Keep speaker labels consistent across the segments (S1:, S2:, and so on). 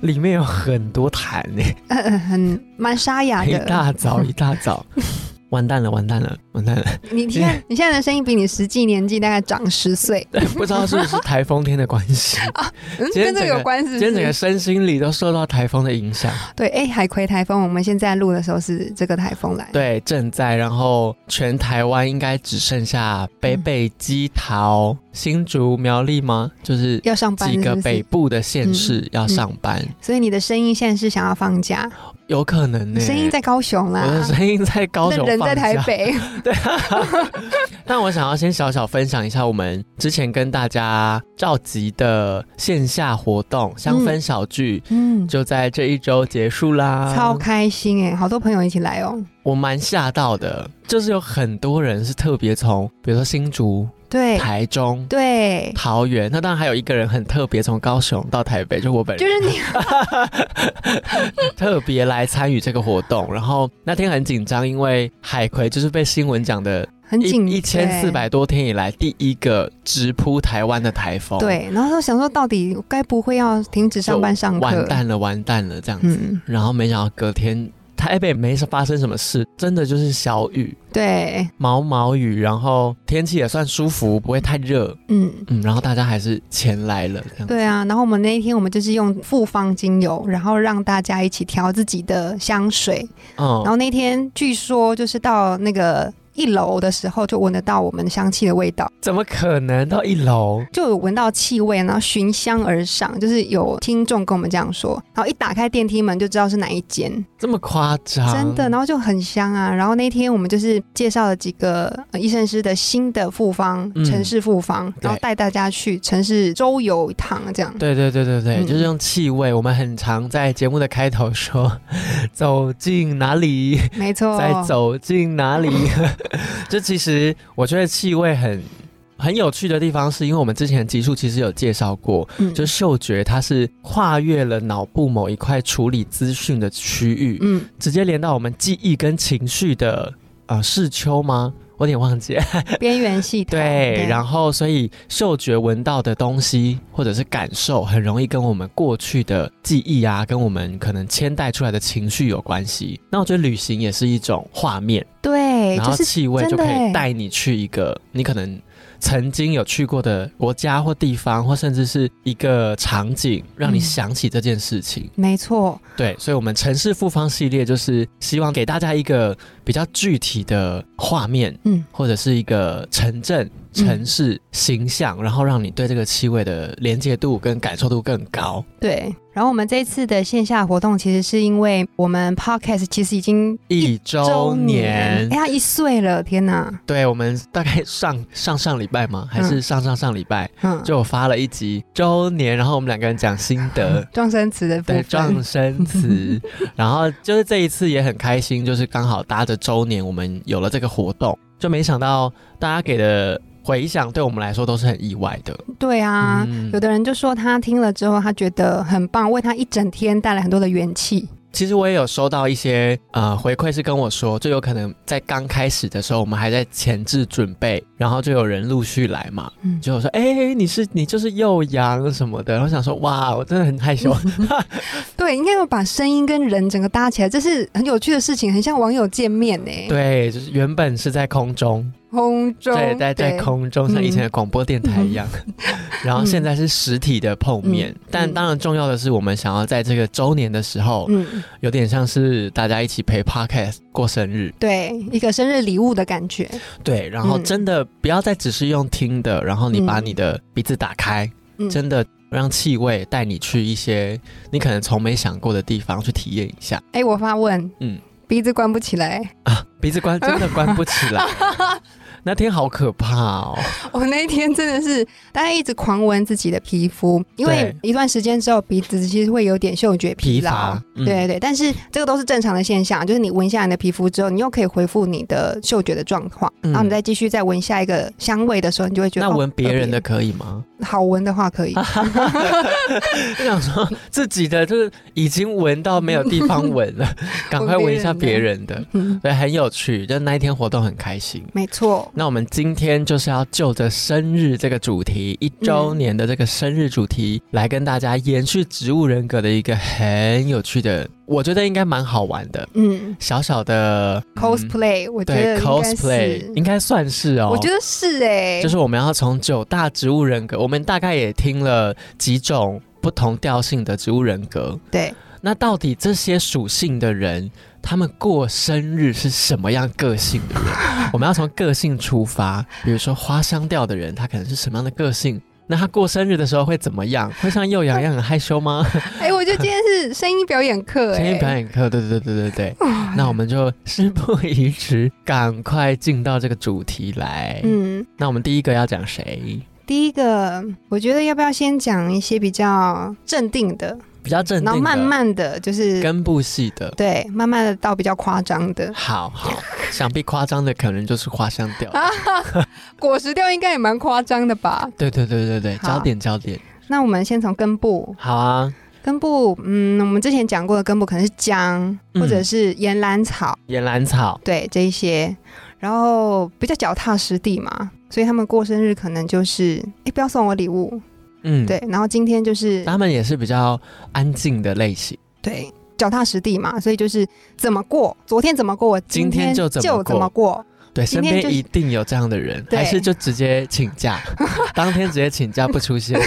S1: 里面有很多痰呢、
S2: 呃，很蛮沙哑
S1: 一
S2: 的。
S1: 哎大早一大早，完蛋了，完蛋了，完蛋了！
S2: 你现在你现在的声音比你实际年纪大概长十岁，
S1: 但不知道是不是台风天的关系，
S2: 嗯，
S1: 今
S2: 跟
S1: 天
S2: 这个
S1: 整个
S2: 有关系是
S1: 今天
S2: 不
S1: 整个
S2: 是？
S1: 身心里都受到台风的影响。
S2: 对，哎、海葵台风，我们现在录的时候是这个台风来，
S1: 对，正在，然后全台湾应该只剩下北北基桃、新竹、苗栗吗？就是
S2: 要嗯上班
S1: 几
S2: 是嗯
S1: 个
S2: 不
S1: 北
S2: 是？
S1: 部的县市要上班，
S2: 所以你的声音现在是想要放假，
S1: 有可能呢、
S2: 嗯你声音在高雄啦
S1: 我，的声音在高
S2: 那
S1: 雄，
S2: 人在台。北，
S1: 对、啊，但我想要先小小分享一下我们之前跟大家召集的线下活动香氛小聚。
S2: 嗯，
S1: 就在这一周结束啦，
S2: 超开心哎、好多朋友一起来哦。
S1: 我蛮吓到的，就是有很多人是特别从，比如说新竹、
S2: 对
S1: 台中、
S2: 对，
S1: 桃园，那当然还有一个人很特别，从高雄到台北，就我本
S2: 就
S1: 人
S2: 是你，
S1: 特别来参与这个活动。然后那天很紧张，因为海葵就是被新闻讲的
S2: 很
S1: 一
S2: 紧，
S1: 一千四
S2: 对
S1: 百多天以来第一个直扑台湾的台风，，
S2: 对，然后就想说，到底该不会要停止上班上课？
S1: 完蛋了，完蛋了这样子。
S2: 嗯，
S1: 然后没想到隔天台北没发生什么事，真的就是小雨。
S2: 对，
S1: 毛毛雨，然后天气也算舒服，不会太热，
S2: 嗯，
S1: 嗯，然后大家还是前来了，这样
S2: 对啊。然后我们那一天，我们就是用复方精油，然后让大家一起调自己的香水。
S1: 嗯
S2: 然后那天据说就是到那个。一楼的时候就闻得到我们香气的味道，
S1: 怎么可能到一楼？
S2: 就有闻到气味，然后循香而上，就是有听众跟我们这样说，然后一打开电梯门就知道是哪一间，
S1: 这么夸张？
S2: 真的，然后就很香啊。然后那天我们就是介绍了几个、呃、医生师的新的复方，
S1: 嗯
S2: 城市复方，
S1: 对
S2: 然后带大家去城市周游一趟，这样。
S1: 对对对对对，
S2: 嗯
S1: 就是用气味。我们很常在节目的开头说，走进哪里，
S2: 没错，
S1: 再走进哪里。 这其实我觉得气味很很有趣的地方，是因为我们之前的集数其实有介绍过，
S2: 嗯
S1: 就是嗅觉它是跨越了脑部某一块处理资讯的区域，
S2: 嗯，
S1: 直接连到我们记忆跟情绪的呃视丘吗？我有点忘记，
S2: 边缘系统。
S1: 对，然
S2: 后
S1: 后所以嗅觉闻到的东西或者是感受，很容易跟我们过去的记忆啊，跟我们可能牵带出来的情绪有关系。那我觉得旅行也是一种画面，
S2: 对，
S1: 然
S2: 就
S1: 后
S2: 是
S1: 气味就
S2: 真
S1: 可
S2: 的欸
S1: 以带你去一个你可能曾经有去过的国家或地方，或甚至是一个场景，让你
S2: 嗯
S1: 想起这件事情。
S2: 没错，
S1: 对，所以，我们城市复方系列就是希望给大家一个比较具体的画面，
S2: 嗯，
S1: 或者是一个城镇、城市形象，然后让你对这个气味的连接度跟感受度更高。
S2: 对。然后我们这次的线下活动，其实是因为我们 podcast 其实已经
S1: 一周年，
S2: 哎呀一岁了，天哪，
S1: 对我们大概上 上上礼拜吗？还是上上上礼拜、
S2: 嗯，。
S1: 就有发了一集周年，然后我们两个人讲心得
S2: 撞生词的部
S1: 呃对
S2: 分，
S1: 撞声词，然后就是这一次也很开心，就是刚好搭着周年，我们有了这个活动，就没想到大家给的回响对我们来说都是很意外的。
S2: 对啊，
S1: 嗯
S2: 有的人就说他听了之后，他觉得很棒，为他一整天带来很多的元气。
S1: 其实我也有收到一些呃回馈，是跟我说，就有可能在刚开始的时候，我们还在前置准备，然后就有人陆续来嘛，
S2: 嗯，
S1: 就有说，哎、你是你就是幼阳什么的，然后想说，哇，我真的很害羞，
S2: 嗯对，应该要把声音跟人整个搭起来，这是很有趣的事情，很像网友见面呢、，
S1: 对，就是原本是在空中，
S2: 空嗯中
S1: 对，在在空中，像以前的广播电台一样， 然后现在是实体的碰面，
S2: 嗯
S1: 但当然重要的是，我们想要在这个周年的时候，
S2: 嗯，
S1: 有点像是大家一起陪 Podcast 过生日，
S2: 对，一个生日礼物的感觉。
S1: 对，然后
S2: 嗯
S1: 真的不要再只是用听的，然后你把
S2: 嗯
S1: 你的鼻子打开，
S2: 嗯
S1: 真的让气味带你去一些你可能从没想过的地方去体验一下。
S2: 哎、我发问，
S1: 嗯
S2: 鼻子关不起来，
S1: 鼻子关真的关不起来，那天好可怕哦！
S2: 我那一天真的是，大家一直狂闻自己的皮肤，因为一段时间之后，鼻子其实会有点嗅觉疲劳。
S1: 疲乏嗯
S2: 对对对，但是这个都是正常的现象，就是你闻下你的皮肤之后，你又可以恢复你的嗅觉的状况，
S1: 嗯
S2: 然后你再继续再闻下一个香味的时候，你就会觉得
S1: 那闻
S2: 哦
S1: 别人的啊
S2: 特
S1: 可以吗？
S2: 别好闻的话可以，
S1: 就想说自己的就是已经闻到没有地方闻 了，赶快闻一下别人的，
S2: 嗯，
S1: 对，很有趣。就那一天活动很开心。
S2: 没错，
S1: 那我们今天就是要就着生日这个主题，一周年的这个生日主题，来跟大家延续植物人格的一个很有趣的，我觉得应该蛮好玩的，
S2: 嗯
S1: 小小的嗯
S2: ，cosplay，、我觉得应
S1: 对
S2: 该是嗯
S1: cosplay 应该算是哦，
S2: 我觉得是哎、
S1: 就是我们要从九大植物人格，我们大概也听了几种不同调性的植物人格。
S2: 对，
S1: 那到底这些属性的人，他们过生日是什么样个性 的人？我们要从个性出发，比如说花香调的人，他可能是什么样的个性？那他过生日的时候会怎么样？会像幼阳一样很害羞吗？
S2: 哎、我觉得今天是声音表演课、哎，
S1: 声音表演课，对对对对对 对。那我们就事不宜迟，赶快进到这个主题来。
S2: 嗯。
S1: 那我们第一个要讲谁？
S2: 第一个，我觉得要不要先讲一些比较镇定的，
S1: 比较镇定
S2: 然后
S1: 的，
S2: 慢慢的就是
S1: 根部系的。
S2: 对，慢慢的到比较夸张的。
S1: 好好，想必夸张的可能就是花香调。
S2: 啊 果实调应该也蛮夸张的吧？
S1: 对对对对对，
S2: 好
S1: 焦点焦点。
S2: 那我们先从根部，
S1: 好啊，
S2: 根部，嗯，我们之前讲过的根部可能是姜，
S1: 嗯
S2: 或者是岩兰草，
S1: 岩兰草。
S2: 对这一些，然后比较脚踏实地嘛，所以他们过生日可能就是，哎，不要送我礼物，
S1: 嗯，。啊
S2: 对，然后今天就是
S1: 他们也是比较安静的类型，
S2: 对，脚踏实地嘛，所以就是怎么过，昨天怎么过，我
S1: 今天
S2: 天
S1: 就怎么过
S2: 怎么过，
S1: 对，
S2: 今
S1: 身
S2: 天
S1: 边
S2: 就是
S1: 一定有这样的人，
S2: 对
S1: 还是就直接请 假，当天直接请假不出现，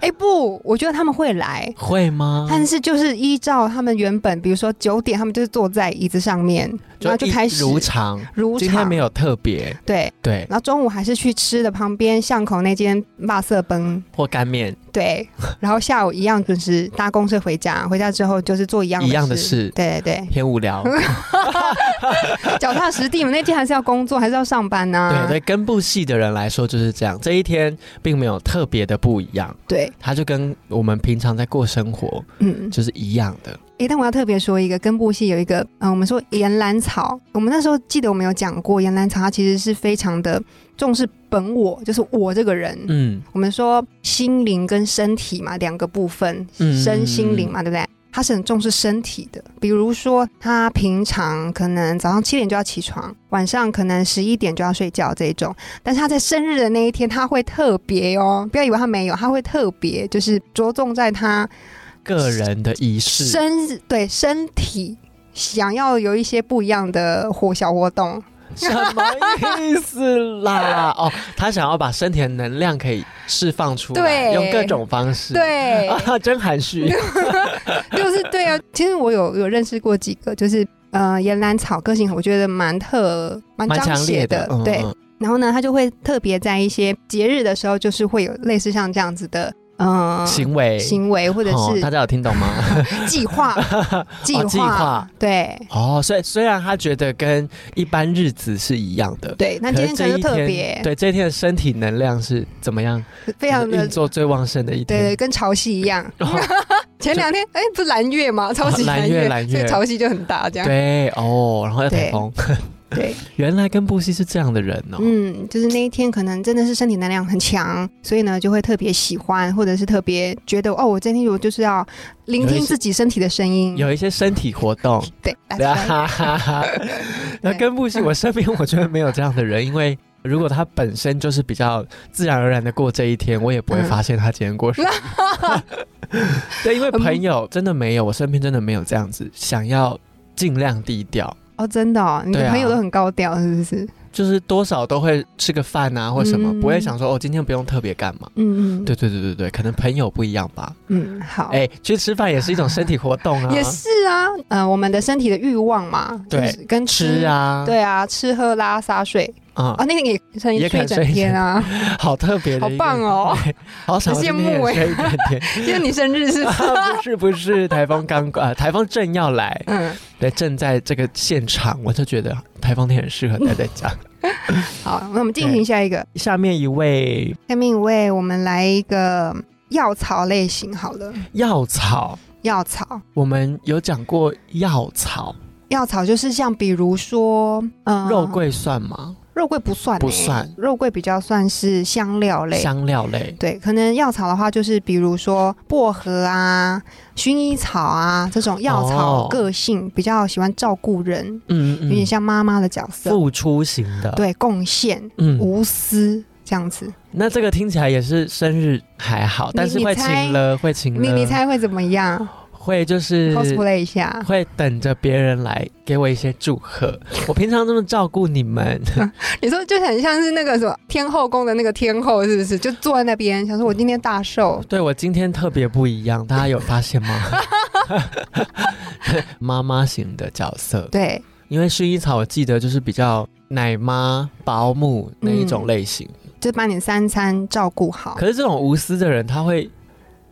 S2: 哎、不，我觉得他们会来，
S1: 会吗？
S2: 但是就是依照他们原本，比如说九点，他们就是坐在椅子上面，然后就
S1: 一
S2: 开始
S1: 如常，
S2: 如
S1: 今天
S2: 常嗯
S1: 没。有特别，
S2: 对，
S1: 对，
S2: 然后中午还是去吃的旁边巷口那间辣色崩，
S1: 或干面
S2: 对， 然后下午一样准时搭公车回家，回家之后就是做一样
S1: 一样的
S2: 事，
S1: 事，
S2: 对对
S1: 偏无 聊。
S2: 对，脚踏实地嘛，那天还是要工作，还是要上班啊呐、
S1: 对，对，根部系的人来说就是这样，这一天并没有特别的不一样，
S2: 对
S1: 它就跟我们平常在过生活
S2: 嗯，
S1: 就是一样的。
S2: 诶，但我要特别说一个，根部系有一个，嗯、我们说岩兰草，我们那时候记得我们有讲过，岩兰草它其实是非常的重视本我，就是我这个人。
S1: 嗯，
S2: 我们说心灵跟身体嘛，两个部分，
S1: 嗯
S2: 身心灵嘛，对不对？他是很重视身体的，比如说他平常可能早上七点就要起床，晚上可能十一点就要睡觉这一种，但是他在生日的那一天，他会特别哦，不要以为他没有，他会特别就是着重在他
S1: 个人的仪式，
S2: 身对身体想要有一些不一样的活小活动，
S1: 什么意思啦？ 哦，他想要把身体的能量可以释放出来，
S2: 对
S1: 用各种方式。。
S2: 对，
S1: 啊， 真含蓄。
S2: 就是对啊。其实我有有认识过几个，就是呃，岩兰草个性我觉得蛮特蛮
S1: 蛮
S2: 彰
S1: 强
S2: 显
S1: 烈的，嗯
S2: 对。
S1: 嗯
S2: 然后呢，他就会特别在一些节日的时候，就是会有类似像这样子的嗯、呃、
S1: 行为，
S2: 行为或者
S1: 哦大
S2: 是
S1: 家有听懂吗？
S2: 计划 计
S1: 哦计划
S2: 对
S1: 哦，所以虽然他觉得跟一般日子是一样的，
S2: 对。那今天可
S1: 这
S2: 能
S1: 一
S2: 就特
S1: 天
S2: 别，
S1: 对这一天的身体能量是怎么样？
S2: 非常的
S1: 运作最旺盛的一
S2: 对对，
S1: 天。
S2: 跟潮汐一样。
S1: 然后
S2: 前两天哎、不是蓝月吗？超级
S1: 啊蓝月
S2: 月，
S1: 蓝月
S2: 所以潮汐就很大，这样
S1: 对哦，然后要台风，
S2: 对，
S1: 原来跟布西是这样的人哦。
S2: 嗯，就是那一天可能真的是身体能量很强，所以呢就会特别喜欢，或者是特别觉得哦，我今天我就是要聆
S1: 有一
S2: 听
S1: 些
S2: 自己身体的声音，
S1: 有一些身体活动，
S2: 对，that's
S1: 哈
S2: right
S1: 哈 哈哈。那
S2: 对
S1: 跟布西，我身边我觉得没有这样的人，因为如果他本身就是比较自然而然的过这一天，我也不会
S2: 嗯嗯
S1: 发现他今天过生日。啊对，因为朋友真的没有，我身边真的没有这样子，想要尽量低调，
S2: 哦，真的哦，你
S1: 对
S2: 的
S1: 啊
S2: 朋友都很高调，是不是？
S1: 就是多少都会吃个饭啊或什么，
S2: 嗯
S1: 不会想说哦今天不用特别干嘛。
S2: 嗯嗯，
S1: 对，对啊对对对，可能朋友不一样吧。
S2: 嗯，好，
S1: 哎、去吃饭也是一种身体活动 啊，
S2: 也是啊，呃，我们的身体的欲望嘛，
S1: 对，
S2: 跟
S1: 吃。啊，，
S2: 对啊，吃喝拉撒睡
S1: 啊、
S2: 啊，那个也可以
S1: 也可
S2: 睡一
S1: 以睡
S2: 整
S1: 一
S2: 天啊，
S1: 好特别的，
S2: 好棒，哦！
S1: 好想要今天
S2: 哎
S1: 也睡一整 天。
S2: 今 天你生日是不是？
S1: 啊不是不是，台风刚过，呃台风正要来，
S2: 嗯，
S1: 对，正在这个现场，我就觉得台风天很适合待在家。
S2: 好，那我们进行下一个。
S3: 下面一位
S2: 下面一位，我们来一个药草类型好了。
S1: 药草，
S2: 药草，
S1: 我们有讲过药草，
S2: 药草就是像比如说，嗯、
S1: 肉桂算吗？
S2: 肉桂不算欸、
S1: 不算
S2: 肉桂比较算是香料类。
S1: 香料类，
S2: 对，可能药草的话，就是比如说薄荷啊、薰衣草啊这种药
S1: 哦
S2: 草，个性比较喜欢照顾人，
S1: 嗯嗯，
S2: 有点像妈妈的角色，
S3: 付出型的，，
S2: 对，贡献、
S1: 嗯，
S2: 无私这样子。
S1: 那这个听起来也是生日还好，但是
S2: 你
S1: 会
S2: 猜
S1: 请了，会请了，
S2: 你你猜会怎么样
S1: 会就是
S2: ？cosplay 一下，
S1: 会等着别人来给我一些祝 贺。我平常这么照顾你们，
S2: 你说就很像是那个什么天后宫的那个天后，是不是？就坐在那边，想说我今天大寿，
S1: 对我今天特别不一样，大家有发现吗？ 妈妈型的角色，
S2: 对，
S1: 因为薰衣草我记得就是比较奶妈、保姆那一种
S2: 嗯
S1: 类型。
S2: 就把你三餐照顾好。
S1: 可是这种无私的人，他会，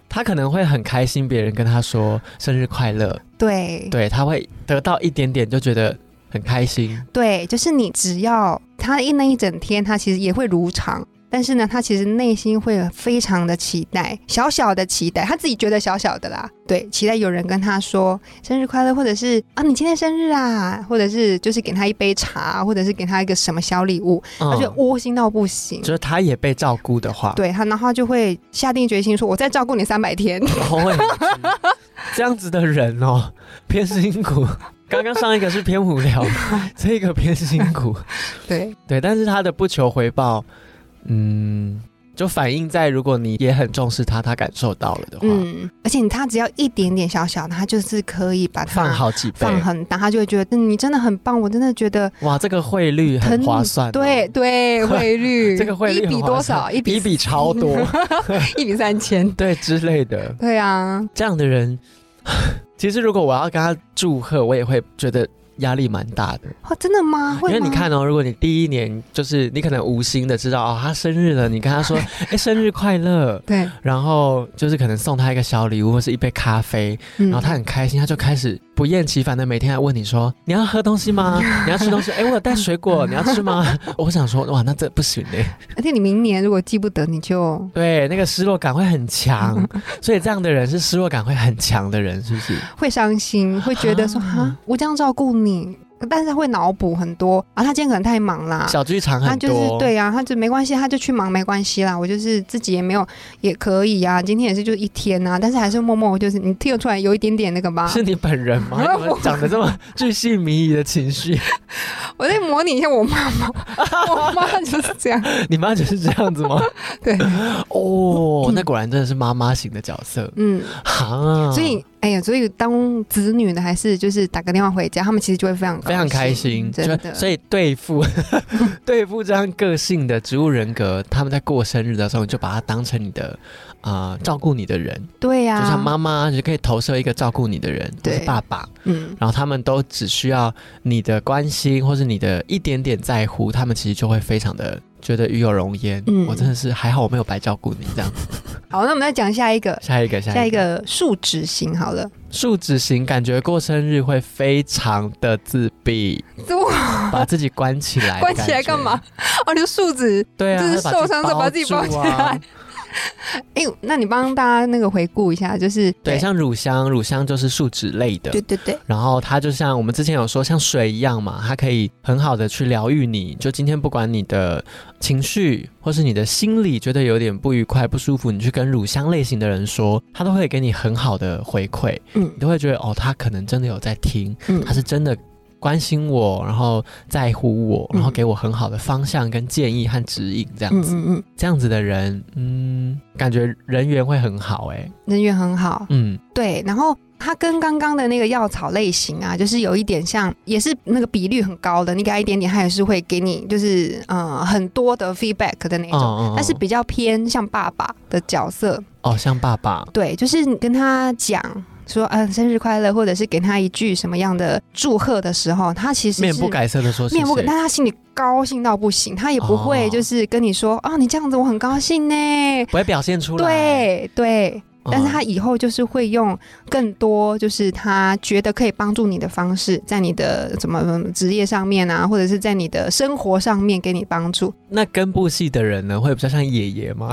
S1: 他可能会很开心，别人跟他说生日快乐，
S2: 对
S1: 对他会得到一点点就觉得很开心。
S2: 对，就是你只要他一那一整天，他其实也会如常。但是呢，他其实内心会非常的期待，小小的期待，他自己觉得小小的啦，对，期待有人跟他说生日快乐，或者是啊你今天生日啊，或者是就是给他一杯茶，或者是给他一个什么小礼物，
S1: 嗯
S2: 他就窝心到不行。
S1: 就是他也被照顾的话，
S2: 对他，然后就会下定决心说：“我再照顾你三百天。
S1: OMG，这样子的人哦，偏辛 苦。刚刚上一个是偏无聊，这个偏辛苦。
S2: 对
S1: 对，但是他的不求回报，嗯，就反映在如果你也很重视他，他感受到了的”话，
S2: 嗯，而且他只要一点点小小的，他就是可以把它
S1: 放好几倍。
S2: 放很大，他就会觉得嗯你真的很棒，我真的觉得
S1: 哇，这个汇率很
S2: 疼
S1: 划
S2: 你
S1: 算、哦。
S2: 对，对，汇率
S1: 这个汇率
S2: 一比
S1: 很划
S2: 多
S1: 算
S2: 少？一比
S1: 比比超多，
S2: 一比三千。
S1: 对之类的，
S2: 对啊，
S1: 这样的人， 其实如果我要跟他祝贺，我也会觉得压力蛮大的。
S2: 哦，真的吗？会
S1: 因为你
S2: 吗，
S1: 看哦，如果你第一年就是你可能无心的知道哦，他生日了，你跟他说，哎、生日快乐，
S2: 对，
S1: 然后就是可能送他一个小礼物或是一杯咖啡，
S2: 嗯
S1: 然后他很开心，他就开始不厌其烦的每天来问你说，你要喝东西吗？你要吃东西？哎、我有带水果，你要吃吗？ 我想说，哇，那这不行嘞，
S2: 而且你明年如果记不得，你就
S1: 对，那个失落感会很强， 所以这样的人是失落感会很强的人，是不是？
S2: 会伤 心，会觉得说
S1: 啊
S2: 哈，我这样照顾你，但是会脑补很多啊，他今天可能太忙啦，
S1: 小剧场
S2: 他
S1: 很
S2: 啊就
S1: 多，
S2: 是对呀、啊他就没关系，他就去忙没关系啦。我就是自己也没有也可以啊，今天也是就一天啊，但是还是默默就是你听得出来有一点点那个吧。
S1: 是你本人 吗？你怎么讲的这么巨细靡遗的情绪？
S2: 我在模拟一下我妈妈， 我妈就是这样。
S1: 你妈就是这样子吗？
S2: 对，
S1: 哦，那果然真的是妈妈型的角色啊
S2: 嗯，
S1: 哈。
S2: 所以哎呀，所以当子女的还是就是打个电话回家，他们其实就会非常
S1: 非常开心，
S2: 嗯真
S1: 就
S2: 的。
S1: 所以对付 对付这样个性的植物人格，他们在过生日的时候，你就把他当成你的啊、呃照顾你的人，
S2: 对啊呀、
S1: 就像妈妈，你可以投射一个照顾你的人，或
S2: 对
S1: 是爸爸，
S2: 嗯，
S1: 然后他们都只需要你的关心或是你的一点点在乎，他们其实就会非常的觉得与有荣焉。
S2: 嗯
S1: 我真的是还好我没有白照顾你这样。
S2: 好，那我们再讲下一个，
S1: 下一个，下一个，
S2: 下一个数值型好了，
S1: 树脂型，感觉过生日会非常的自闭，把自己关起来，
S2: 关起来干嘛？？ 哦，你说数值
S1: 对啊，
S2: 就是受伤之后把自己包
S1: 住
S2: 起
S1: 啊
S2: 来。哎、呦，那你帮大家那个回顾一下，就是
S1: 对，像乳香，乳香就是树脂类的。
S2: 对对，
S1: 然后它就像我们之前有说，像水一样嘛，它可以很好的去疗愈你。就今天不管你的情绪或是你的心理觉得有点不愉快、不舒服，你去跟乳香类型的人说，他都会给你很好的回馈，
S2: 嗯
S1: 你都会觉得哦，他可能真的有在听，
S2: 嗯
S1: 他是真的关心我，然后在乎我，
S2: 嗯
S1: 然后给我很好的方向跟建议和指引，这样
S2: 嗯
S1: 子。
S2: 嗯嗯，
S1: 这样子的人，嗯，感觉人缘会很好、哎，
S2: 人缘很好，
S1: 嗯，
S2: 对，然后。它跟刚刚的那个药草类型啊，就是有一点像，也是那个比率很高的，你给他一点点，他也是会给你就是呃很多的 feedback 的那种，
S1: 哦
S2: 但是比较偏向爸爸的角色，
S1: 哦，像爸爸，
S2: 对，就是你跟他讲说嗯、呃生日快乐，或者是给他一句什么样的祝贺的时候，他其实
S1: 面
S2: 是
S1: 不改色的说谢谢，
S2: 面不改，但他心里高兴到不行，他也不会
S1: 哦
S2: 就是跟你说、啊，你这样子我很高兴呢。
S1: 不会表现出来，哦
S2: 对对，但是他以后就是会用更多，就是他觉得可以帮助你的方式，在你的怎么怎么职业上面啊，或者是在你的生活上面给你帮 助。
S1: 那根部系的人呢，会比较像爷 爷吗？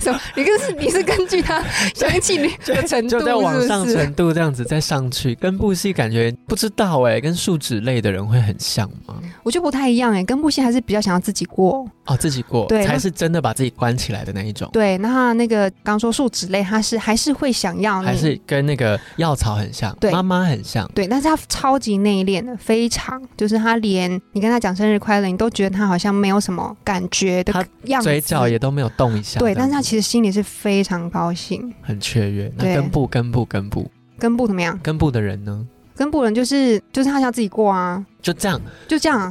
S2: 什么？你跟是你是根据他相信你的程度
S1: 就在往
S2: 是
S1: 上
S2: 不是？
S1: 程度这样子再上去，根部系感觉不知道哎、跟树脂类的人会很像吗？
S2: 我觉得不太一样哎，根部系还是比较想要自己过。
S1: 哦，自己过
S2: 对
S1: 才
S2: 那
S1: 是真的把自己关起来的那一种，
S2: 对，那那个刚说树脂类，他是还是会想要
S1: 还
S2: 你。
S1: 是跟那个药草很像，
S2: 对
S1: 妈妈很像。
S2: 对，但是他超级内敛的，非常就是他连你跟他讲生日快乐，你都觉得他好像没有什么感觉的
S1: 他
S2: 样子，
S1: 嘴角也都没有动一下，
S2: 对，
S1: 这
S2: 但
S1: 样
S2: 是他
S1: 子
S2: 其实心里是非常高兴。
S1: 很雀跃。那
S2: 对
S1: 根部、根部、根部、
S2: 根部怎么样？
S1: 根部的人呢，
S2: 根部人就是就是他想自己过啊，
S1: 就这样，
S2: 就这样 啊，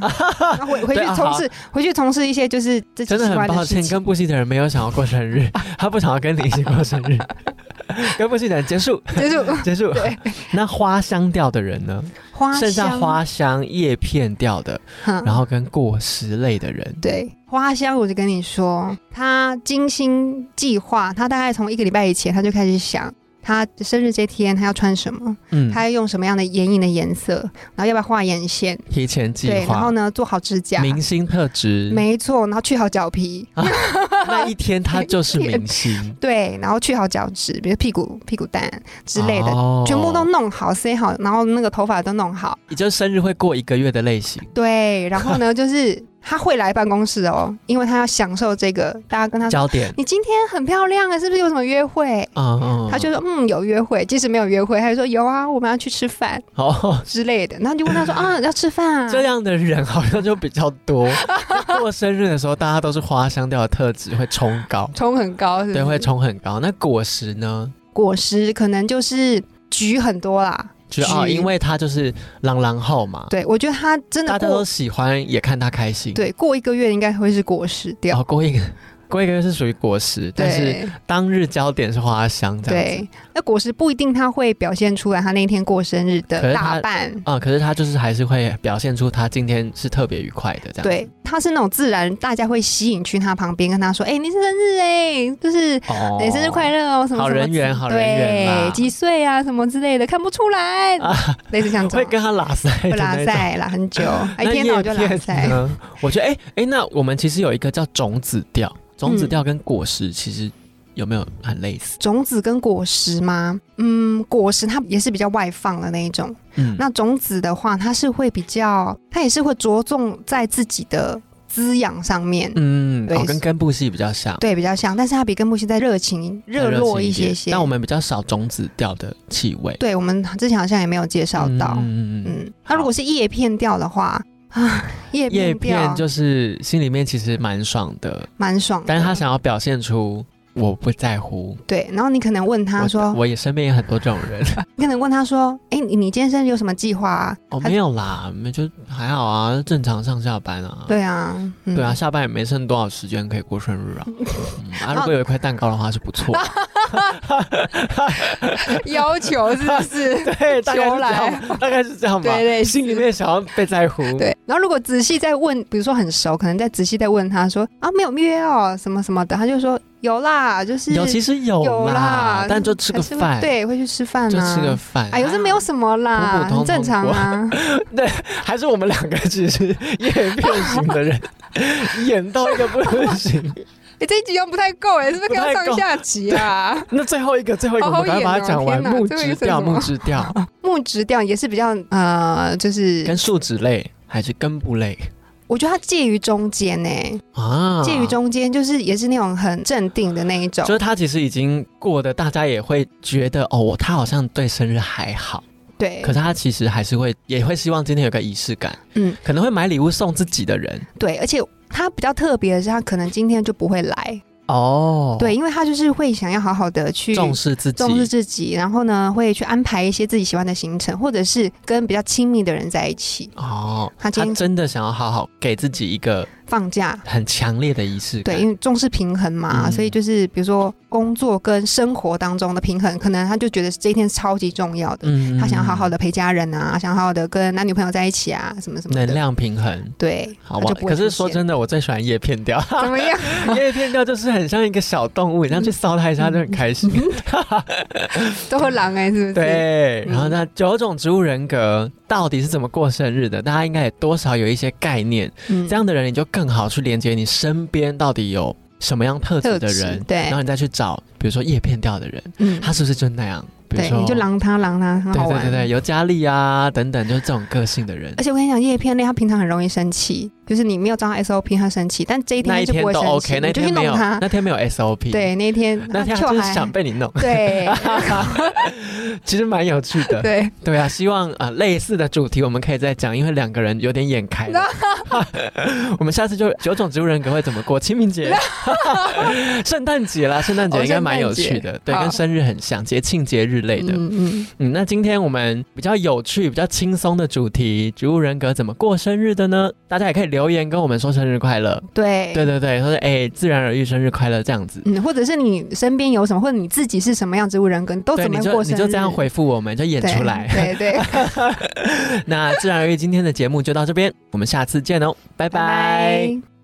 S2: 然后回回去
S1: 对啊
S2: 从事回去从事一些就是自己
S1: 真的
S2: 喜
S1: 很
S2: 欢
S1: 抱
S2: 的事
S1: 歉，
S2: 情。
S1: 跟布系的人没有想要过 生日，他不想要跟你一起过生日。 跟布系的人结束，
S2: 就是
S1: 结束。
S2: 对
S1: 那花香调的人呢？
S2: 花香，嗯
S1: 剩下花香、叶片调的，
S2: 哼
S1: 然后跟果实类的人，
S2: 对花香，我就跟你说，他精心计划，他大概从一个礼拜以前他就开始想。他生日这天，他要穿什么？
S1: 嗯，
S2: 他要用什么样的眼影的颜色？然后要不要画眼线？
S1: 提前计
S2: 对，然
S1: 划
S2: 后，呢，做好指甲，
S1: 明星特质，
S2: 没错，然后去好脚皮，
S1: 那一天他就是明星
S2: 对，然后去好脚趾，比如屁股、屁股蛋之类的，
S1: 哦
S2: 全部都弄好、塞好，然后那个头发都弄好。
S1: 也就是生日会过一个月的类型，
S2: 对，然后呢，就是他会来办公室哦，因为他要享受这个。大家跟他说
S1: 焦点：“。
S2: 你今天很漂亮啊，是不是有什么约会？”
S1: 嗯嗯，
S2: 他就说：“嗯，有约会。”即使没有约会，他就说：“有啊，我们要去吃饭
S1: 哦，
S2: 之类的。”然后你就问他说：“啊，要吃饭啊
S1: 这样的人好像就比较 多。过生日的时候，大家都是花香调的特质会冲高？”，
S2: 冲很高是不是，
S1: 对，会冲很高。那果实呢？
S2: 果实可能就是橘很多啦。
S1: 就是哦，
S2: 橘
S1: 因为他就是朗朗号嘛，
S2: 对，我觉得他真的
S1: 大家都
S2: 过
S1: 喜欢，也看他开心。，
S2: 对过一个月应该会是果实掉。
S1: 哦，过一个过一个月是属于果实，但是
S2: 对
S1: 当日焦点是花香这样子。
S2: 对，那果实不一定他会表现出来，他那天过生日
S1: 可
S2: 的
S1: 是他
S2: 打扮，
S1: 啊、可是他就是还是会表现出他今天是特别愉快的这样。，
S2: 对，他是那种自然，大家会吸引去他旁边，跟他说：“哎、你生日哎、就是。”
S1: 哦
S2: 哎、生日快乐哦！什么
S1: 好
S2: 什么
S1: 人缘
S2: 之
S1: 好人缘啦
S2: 对，几岁啊，什么之类的，看不出来，
S1: 啊
S2: 类似像这
S1: 会
S2: 种，
S1: 跟他拉塞的
S2: 会
S1: 那
S2: 拉
S1: 种。
S2: 塞拉很久，哎一
S1: 那
S2: 天到晚就拉
S1: 叶片
S2: 塞。
S1: 呢 我觉得，哎、哎、那我们其实有一个叫种子调，种
S2: 嗯
S1: 子调跟果实其实有没有很类似？
S2: 种子跟果实吗？嗯，果实它也是比较外放的那一种，
S1: 嗯，
S2: 那种子的话，它是会比较，它也是会着重在自己的滋养上面，
S1: 嗯，
S2: 对
S1: 哦，跟根部系比较像，
S2: 对，比较像，但是它比根部系再热情、热络
S1: 情
S2: 一
S1: 点
S2: 些些。
S1: 但我们比较少种子调的气味，
S2: 对我们之前好像也没有介绍到，嗯
S1: 嗯嗯嗯。
S2: 那如果是叶片调的话啊，叶
S1: 叶
S2: 片调
S1: 片就是心里面其实蛮爽的，
S2: 蛮爽的，
S1: 但是他想要表现出我不在乎。
S2: 对，然后你可能问他
S1: 我
S2: 说，
S1: 我也身边也很多这种人，
S2: 你可能问他说，哎、你你今天生日有什么计划啊？
S1: 哦，
S2: 他
S1: 没有啦，没就还好啊，正常上下班啊。
S2: 对啊，嗯、
S1: 对啊，，下班也没剩多少时间可以过生日 啊。嗯啊，如果有一块蛋糕的话是不错。
S2: 要求是不 是？
S1: 对，大概
S2: 求
S1: 是这
S2: 来
S1: 样，大概是这样吧。
S2: 对类似
S1: 心里面想要被在乎。，
S2: 对，然后如果仔细再问，比如说很熟，可能再仔细再问他说啊没有约哦什么什么的，他就说有啦，就是
S1: 有其实有
S2: 有啦
S1: 但就吃个
S2: 还是会
S1: 饭，，
S2: 对，会去吃饭啊，
S1: 就吃个饭。
S2: 哎呦这没有什么啦，
S1: 普普通通
S2: 很正常 啊，
S1: 啊还是我们两个只是演变型的 人，演到一个不行。
S2: 哎这一集用不太够哎，是不是
S1: 不太
S2: 要
S1: 够
S2: 上下集 啊？
S1: 那最后一个，最后一个，
S2: 好
S1: 我
S2: 好
S1: 们赶快把它
S2: 演哦
S1: 讲完。
S2: 天哪
S1: 木
S2: 最后一
S1: 质
S2: 个是
S1: 调，
S2: 什么
S1: 木质调，
S2: 木质调也是比较呃，就是
S1: 跟树脂类还是根部类
S2: 我觉得它介于中间呢、
S1: 啊？
S2: 介于，中间就是也是那种很镇定的那一种
S1: 就，是他其实已经过的，大家也会觉得哦，他好像对生日还好，
S2: 对
S1: 可是他其实还是会也会希望今天有个仪式感，
S2: 嗯
S1: 可能会买礼物送自己的人
S2: 对，而且他比较特别的是，他可能今天就不会来，
S1: 哦，
S2: 对，，因为他就是会想要好好的去
S1: 重视自己，
S2: 重视自己，然后呢，会去安排一些自己喜欢的行程，或者是跟比较亲密的人在一起。
S1: 哦，
S2: 他
S1: 他
S2: 今天
S1: 真的想要好好给自己一个
S2: 放假。
S1: 很强烈的仪式感。
S2: 对，因为重视平衡嘛，
S1: 嗯
S2: 所以就是比如说工作跟生活当中的平衡，可能他就觉得这一天是超级重要的，
S1: 嗯
S2: 他想要好好的陪家人啊，想好好的跟男女朋友在一起啊，什么什么的。
S1: 能量平衡。
S2: 对，
S1: 好
S2: 他
S1: 吧，
S2: 就不会
S1: 可是说
S2: 出现
S1: 真的，我最喜欢叶片调，
S2: 怎么样？
S1: 叶片调就是很像一个小动物，你
S2: 嗯
S1: 让去搔它一下就很开心。
S2: 都会狼哎、是不是？，
S1: 对，
S2: 嗯
S1: 然后那九种植物人格到底是怎么过生日的？大家应该也多少有一些概念。
S2: 嗯
S1: 这样的人，你就更好去连接你身边到底有什么样特质的
S2: 特质
S1: 人，
S2: 对
S1: 然后你再去找，比如说叶片调的人，
S2: 嗯，
S1: 他是不是就那样？比如
S2: 对，
S1: 说，
S2: 你就狼他狼他，很
S1: 对
S2: 好玩。
S1: 对对对，尤加利啊等等，就是这种个性的人，
S2: 而且我跟你讲，叶片恋他平常很容易生气，就是你没有照他 SOP，他生气，但这一
S1: 那
S2: 天
S1: 一
S2: 就不
S1: 天
S2: 会
S1: 都
S2: 生气，
S1: OK，那
S2: 你就去
S1: 天没
S2: 弄
S1: 有，
S2: 他。
S1: 那天没有 SOP，，
S2: 对，那一天啊
S1: 那天他
S2: 就
S1: 就是
S2: 还
S1: 想被你弄，
S2: 对
S1: 其实蛮有趣的。
S2: 对，
S1: 对啊，希望啊、呃类似的主题我们可以再讲，因为两个人有点眼开了。 我们下次就九种植物人格会怎么过清 明节、圣诞节啦，圣诞节
S2: 哦
S1: 应该蛮有趣的，对，
S2: 好
S1: 跟生日很像，节庆节日类的。嗯
S2: 哦嗯嗯，
S1: 那今天我们比较有趣、比较轻松的主题，植物人格怎么过生日的呢？大家也可以留言跟我们说生日快乐。
S2: 对
S1: 对对对，说哎、自然而愈生日快乐这样子。
S2: 嗯，或者是你身边有什么，或者你自己是什么样植物人格，你都
S1: 对，
S2: 怎
S1: 你
S2: 么
S1: 就
S2: 过
S1: 你
S2: 生日？
S1: 就这样回复我们，就演
S2: 对
S1: 出来。
S2: 对 对，
S1: 那自然而然，今天的节目就到这边，我们下次见哦，拜拜。
S2: 拜拜。